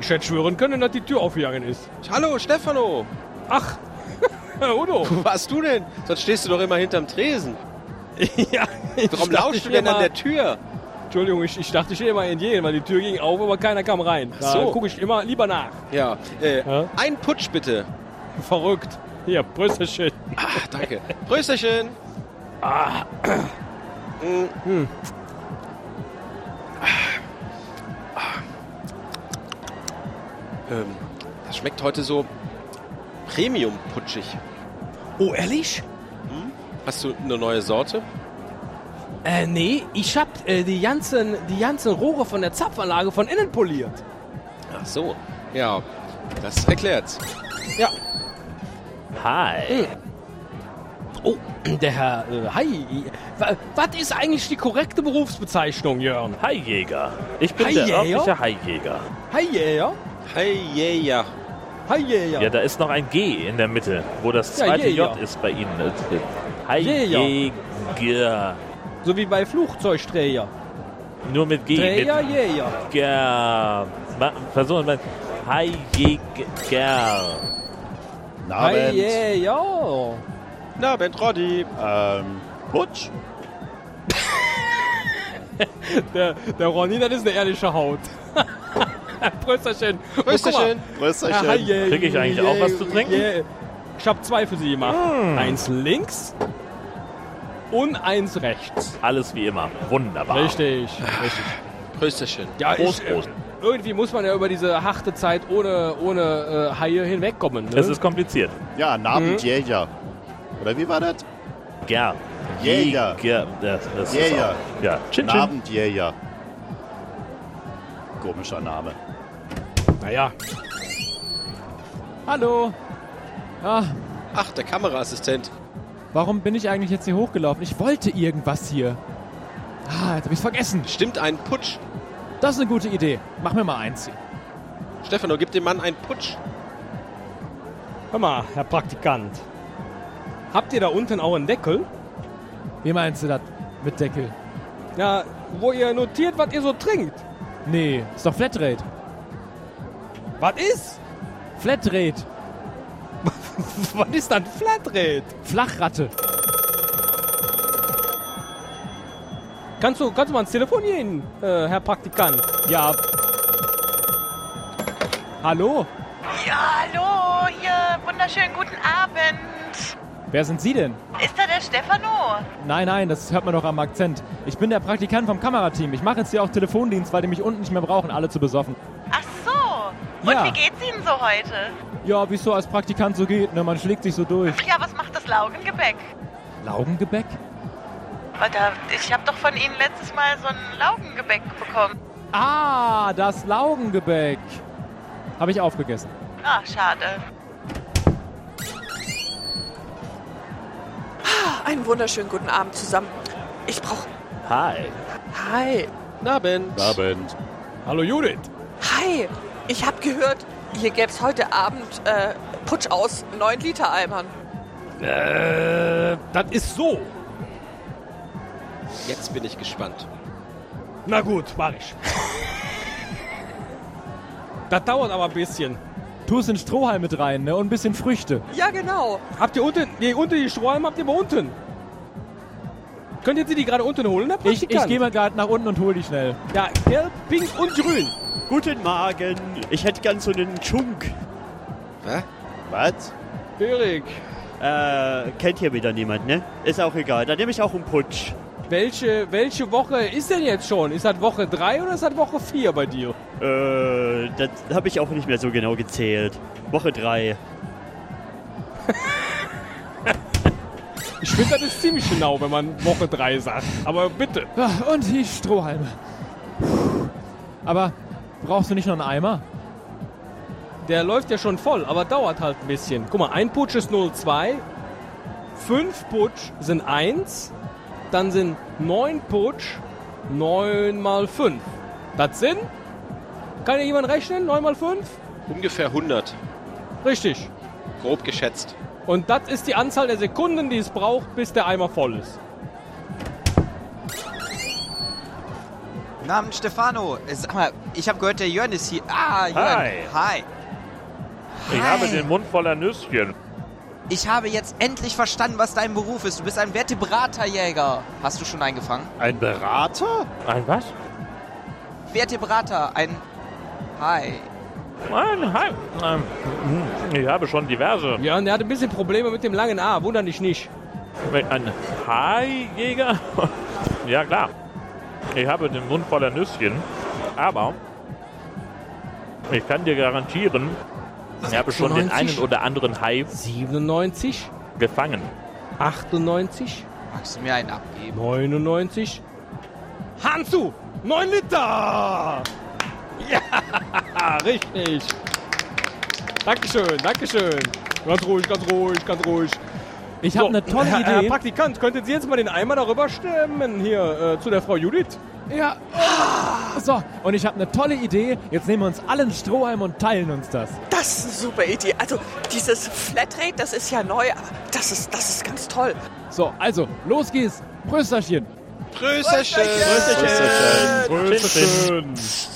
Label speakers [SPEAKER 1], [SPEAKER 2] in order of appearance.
[SPEAKER 1] ich hätte schwören können, dass die Tür aufgegangen ist.
[SPEAKER 2] Hallo, Stefano.
[SPEAKER 1] Ach, Herr Udo.
[SPEAKER 2] Wo warst du denn? Sonst stehst du doch immer hinterm Tresen.
[SPEAKER 1] ja, ich
[SPEAKER 2] Warum
[SPEAKER 1] dachte,
[SPEAKER 2] lauschst du
[SPEAKER 1] ich
[SPEAKER 2] denn an
[SPEAKER 1] immer-
[SPEAKER 2] der Tür?
[SPEAKER 1] Entschuldigung, ich, ich dachte, ich stehe immer in jedem, weil die Tür ging auf, aber keiner kam rein. Da
[SPEAKER 2] so.
[SPEAKER 1] gucke ich immer lieber nach.
[SPEAKER 2] Ja. Äh,
[SPEAKER 1] Ja?
[SPEAKER 2] Ein Putsch bitte.
[SPEAKER 1] Verrückt. Hier, Brüsselchen.
[SPEAKER 2] Ah, danke. Prösterchen. Ah. Ähm, das schmeckt heute so Premium-putschig.
[SPEAKER 3] Oh, ehrlich?
[SPEAKER 2] Hast du eine neue Sorte?
[SPEAKER 3] Äh, nee, ich hab äh, die, ganzen, die ganzen Rohre von der Zapfanlage von innen poliert.
[SPEAKER 2] Ach so. Ja, das erklärt's.
[SPEAKER 3] Ja.
[SPEAKER 1] Hm.
[SPEAKER 3] Hi. Oh, der Herr, äh, hi. Wa- Was ist eigentlich die korrekte Berufsbezeichnung, Jörn?
[SPEAKER 4] Haijäger. Ich bin
[SPEAKER 3] Haijäger?
[SPEAKER 4] der örtliche Haijäger.
[SPEAKER 3] Haijäger?
[SPEAKER 2] Hey, yeah, yeah.
[SPEAKER 3] Haijäger.
[SPEAKER 4] Ja, da ist noch ein G in der Mitte, wo das
[SPEAKER 3] Ja,
[SPEAKER 4] zweite
[SPEAKER 3] Jäger.
[SPEAKER 4] J ist bei Ihnen. Äh,
[SPEAKER 3] Jäger.
[SPEAKER 4] Haijäger.
[SPEAKER 3] So wie bei Flugzeugträger.
[SPEAKER 4] Nur mit G.
[SPEAKER 3] Träger,
[SPEAKER 4] mit
[SPEAKER 3] Jäger.
[SPEAKER 4] Jäger. Ma- Versuchen wir. Haijäger.
[SPEAKER 5] Guten Abend.
[SPEAKER 3] Haijäger.
[SPEAKER 2] Na, Ben
[SPEAKER 1] Ah,
[SPEAKER 2] Roddy.
[SPEAKER 5] Ähm, Butsch?
[SPEAKER 1] Der, der Ronny, das ist eine ehrliche Haut. Brüsselchen.
[SPEAKER 2] Prösterchen.
[SPEAKER 1] Ah,
[SPEAKER 5] Prösterchen.
[SPEAKER 4] Krieg ich eigentlich auch was zu trinken? Hm.
[SPEAKER 1] Ich habe zwei für Sie gemacht. Eins links und eins rechts.
[SPEAKER 4] Alles wie immer. Wunderbar.
[SPEAKER 1] Richtig, richtig.
[SPEAKER 2] Prösterchen.
[SPEAKER 1] Ja,
[SPEAKER 4] Prost,
[SPEAKER 1] ich, äh,
[SPEAKER 4] Prost.
[SPEAKER 1] irgendwie muss man ja über diese harte Zeit ohne, ohne äh, Haie hinwegkommen. Ne?
[SPEAKER 4] Es ist kompliziert.
[SPEAKER 5] Ja, Nabend Jäger. Oder wie war das?
[SPEAKER 4] Ger.
[SPEAKER 5] Jäger.
[SPEAKER 4] Jäger. Das, das ist
[SPEAKER 5] Jäger.
[SPEAKER 4] auch- Ja. Chin, chin.
[SPEAKER 5] Nabend Jäger. Komischer Name.
[SPEAKER 1] naja. Hallo.
[SPEAKER 6] Ah,
[SPEAKER 2] Ach, der Kameraassistent.
[SPEAKER 6] warum bin ich eigentlich jetzt hier hochgelaufen? Ich wollte irgendwas hier. Ah, jetzt habe ich vergessen.
[SPEAKER 2] Stimmt einen Putsch.
[SPEAKER 6] Das ist eine gute Idee. Mach mir mal eins.
[SPEAKER 2] Stefano, gib dem Mann einen Putsch.
[SPEAKER 1] Hör mal, Herr Praktikant. Habt ihr da unten auch einen Deckel?
[SPEAKER 6] Wie meinst du das mit Deckel?
[SPEAKER 1] Ja, wo ihr notiert, was ihr so trinkt.
[SPEAKER 6] Nee, ist doch Flatrate.
[SPEAKER 1] Was ist?
[SPEAKER 6] Flatrate.
[SPEAKER 1] Was ist dann Flatrate?
[SPEAKER 6] Flachratte.
[SPEAKER 1] Kannst du, kannst du mal ans Telefon gehen, äh, Herr Praktikant?
[SPEAKER 6] Ja. Hallo?
[SPEAKER 7] Ja, hallo, ihr wunderschönen guten Abend.
[SPEAKER 6] Wer sind Sie denn?
[SPEAKER 7] Ist da der Stefano?
[SPEAKER 6] Nein, nein, das hört man doch am Akzent. Ich bin der Praktikant vom Kamerateam. Ich mache jetzt hier auch Telefondienst, weil die mich unten nicht mehr brauchen, alle zu besoffen.
[SPEAKER 7] Ach so. Und
[SPEAKER 6] Ja.
[SPEAKER 7] wie geht's Ihnen so heute?
[SPEAKER 6] Ja, wie's so als Praktikant so geht, ne? Man schlägt sich so durch.
[SPEAKER 7] Ja, was macht das Laugengebäck?
[SPEAKER 6] Laugengebäck?
[SPEAKER 7] Weil da- Ich habe doch von Ihnen letztes Mal so ein Laugengebäck bekommen.
[SPEAKER 6] Ah, das Laugengebäck. Habe ich aufgegessen.
[SPEAKER 7] Ach, Ah, schade.
[SPEAKER 8] Einen wunderschönen guten Abend zusammen. Ich brauche.
[SPEAKER 4] Hi.
[SPEAKER 8] Hi.
[SPEAKER 2] Nabend.
[SPEAKER 5] Nabend.
[SPEAKER 1] Hallo Judith.
[SPEAKER 8] Hi. Ich habe gehört, hier gäbe es heute Abend äh, Putsch aus 9 Liter Eimern.
[SPEAKER 1] Äh, das ist so.
[SPEAKER 2] Jetzt bin ich gespannt.
[SPEAKER 1] Na gut, mach ich. das dauert aber ein bisschen.
[SPEAKER 6] Tust den Strohhalm mit rein, ne? Und ein bisschen Früchte.
[SPEAKER 8] Ja, genau.
[SPEAKER 1] Habt ihr unten, nee, unten die Strohhalme habt ihr mal unten. Könnt ihr sie die gerade unten holen, Herr
[SPEAKER 6] Ich, ich
[SPEAKER 1] Praktikant?
[SPEAKER 6] gehe mal gerade nach unten und hol die schnell.
[SPEAKER 1] Ja, gelb, pink und grün.
[SPEAKER 9] Guten Morgen, ich hätte gern so einen Chunk.
[SPEAKER 2] Hä?
[SPEAKER 5] Was?
[SPEAKER 1] Erik,
[SPEAKER 9] Äh, kennt hier wieder niemand, ne? Ist auch egal, dann nehme ich auch einen Putsch.
[SPEAKER 1] welche, welche Woche ist denn jetzt schon? Ist das Woche 3 oder ist das Woche 4 bei dir?
[SPEAKER 9] Äh, das habe ich auch nicht mehr so genau gezählt. Woche 3.
[SPEAKER 1] Ich finde, das ist ziemlich genau, wenn man Woche 3 sagt. Aber bitte.
[SPEAKER 6] Ah, Und die Strohhalme. Puh. Aber brauchst du nicht noch einen Eimer?
[SPEAKER 1] Der läuft ja schon voll, aber dauert halt ein bisschen. Guck mal, ein Putsch ist 0,2. Fünf Putsch sind 1. Dann sind neun Putsch 9 mal 5. Das sind? Kann ja jemand rechnen? 9 mal 5?
[SPEAKER 2] Ungefähr 100.
[SPEAKER 1] Richtig.
[SPEAKER 2] Grob geschätzt.
[SPEAKER 1] Und das ist die Anzahl der Sekunden, die es braucht, bis der Eimer voll ist.
[SPEAKER 10] Namen Stefano. Äh, Sag mal, ich habe gehört, der Jörn ist hier. Ah, Jörn.
[SPEAKER 4] Hi.
[SPEAKER 10] Hi.
[SPEAKER 4] Ich habe den Mund voller Nüsschen.
[SPEAKER 10] Ich habe jetzt endlich verstanden, was dein Beruf ist. Du bist ein Vertebraterjäger. Hast du schon einen gefangen?
[SPEAKER 5] Ein Berater?
[SPEAKER 4] Ein was?
[SPEAKER 10] Vertebrater, ein. Hi.
[SPEAKER 4] Ein Hi. Ähm, ich habe schon diverse.
[SPEAKER 1] Ja, und der hatte ein bisschen Probleme mit dem langen A. Wunder dich nicht.
[SPEAKER 4] Ein Haijäger? Ja, klar. Ich habe den Mund voller Nüsschen. Aber ich kann dir garantieren, ich habe schon den
[SPEAKER 1] 96.
[SPEAKER 4] einen oder anderen Hai
[SPEAKER 1] 97,
[SPEAKER 4] gefangen.
[SPEAKER 1] 98,
[SPEAKER 10] Magst du mir einen abgeben?
[SPEAKER 1] 99. Hanzu! 9 Liter! Ja, richtig. Dankeschön, Dankeschön. Ganz ruhig, ganz ruhig, ganz ruhig.
[SPEAKER 6] Ich habe
[SPEAKER 1] So,
[SPEAKER 6] eine tolle
[SPEAKER 1] Herr, Herr
[SPEAKER 6] Idee.
[SPEAKER 1] Praktikant, könnten Sie jetzt mal den Eimer darüber stemmen hier äh, zu der Frau Judith?
[SPEAKER 6] Ja. Ah, So, und ich habe eine tolle Idee. Jetzt nehmen wir uns alle einen Strohhalm und teilen uns das.
[SPEAKER 8] Das ist eine super Idee. Also dieses Flatrate, das ist ja neu, aber das ist, das ist ganz toll.
[SPEAKER 6] So, also, los geht's. Prösterchen.
[SPEAKER 2] Prösterchen.
[SPEAKER 5] Äh, Prösterchen.
[SPEAKER 4] Tschüss.